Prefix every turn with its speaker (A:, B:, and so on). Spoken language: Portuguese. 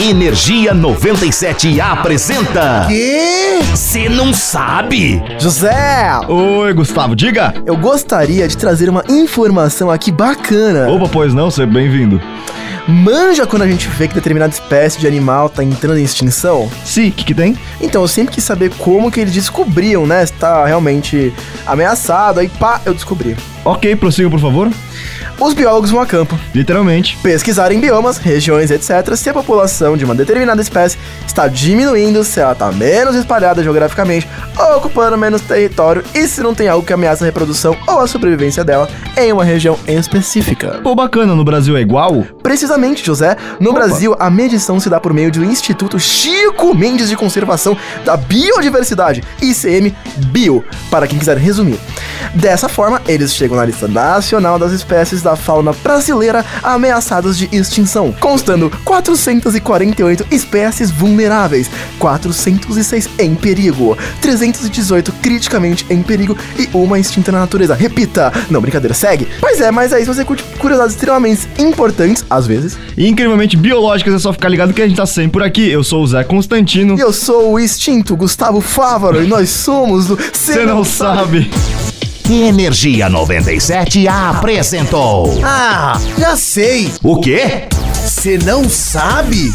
A: Energia 97 apresenta.
B: Quê?
A: Você não sabe?
B: José,
C: Oi, Gustavo, diga!
B: eu gostaria de trazer uma informação aqui bacana.
A: Oh.
C: Opa, pois não, seja bem-vindo.
B: Manja quando a gente vê que determinada espécie de animal tá entrando em extinção?
C: Sim, o que, que tem?
B: Então, eu sempre quis saber como que eles descobriam, né? Se tá realmente ameaçado, aí pá, eu descobri.
C: Ok, prossiga, por favor.
B: Os biólogos vão a campo,
C: Literalmente.
B: pesquisar em biomas, regiões, etc., se a população de uma determinada espécie está diminuindo, se ela está menos espalhada geograficamente, ou ocupando menos território, e se não tem algo que ameaça a reprodução ou a sobrevivência dela em uma região específica.
C: Pô, bacana, no Brasil é igual?
B: Precisamente, José, no
C: Opa.
B: Brasil, a medição se dá por meio do Instituto Chico Mendes de Conservação da Biodiversidade, ICM Bio, para quem quiser resumir. Dessa forma, eles chegam na lista nacional das espécies da fauna brasileira ameaçadas de extinção, constando 448 espécies vulneráveis, 406 em perigo, 318 criticamente em perigo e uma extinta na natureza. Repita! Não, brincadeira, segue. Pois é, mas aí se você curte curiosidades extremamente importantes, às vezes.
C: E incrivelmente biológicas, é só ficar ligado que a gente tá sempre por aqui. Eu sou o Zé Constantino.
B: E eu sou o extinto Gustavo Fávaro e nós somos do
C: Você não sabe.
A: Energia 97 apresentou.
D: Ah, já sei.
A: O quê?
D: Você não sabe?